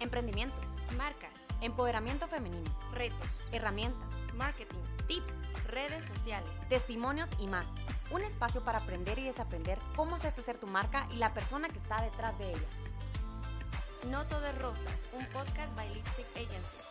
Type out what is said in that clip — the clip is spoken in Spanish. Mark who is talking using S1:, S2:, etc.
S1: Emprendimiento.
S2: Marcas.
S1: Empoderamiento femenino.
S2: Retos.
S1: Herramientas.
S2: Marketing. Tips. Redes sociales.
S1: Testimonios y más. Un espacio para aprender y desaprender cómo hacer crecer tu marca y la persona que está detrás de ella.
S2: No todo es rosa. Un podcast by Lipstick Agency.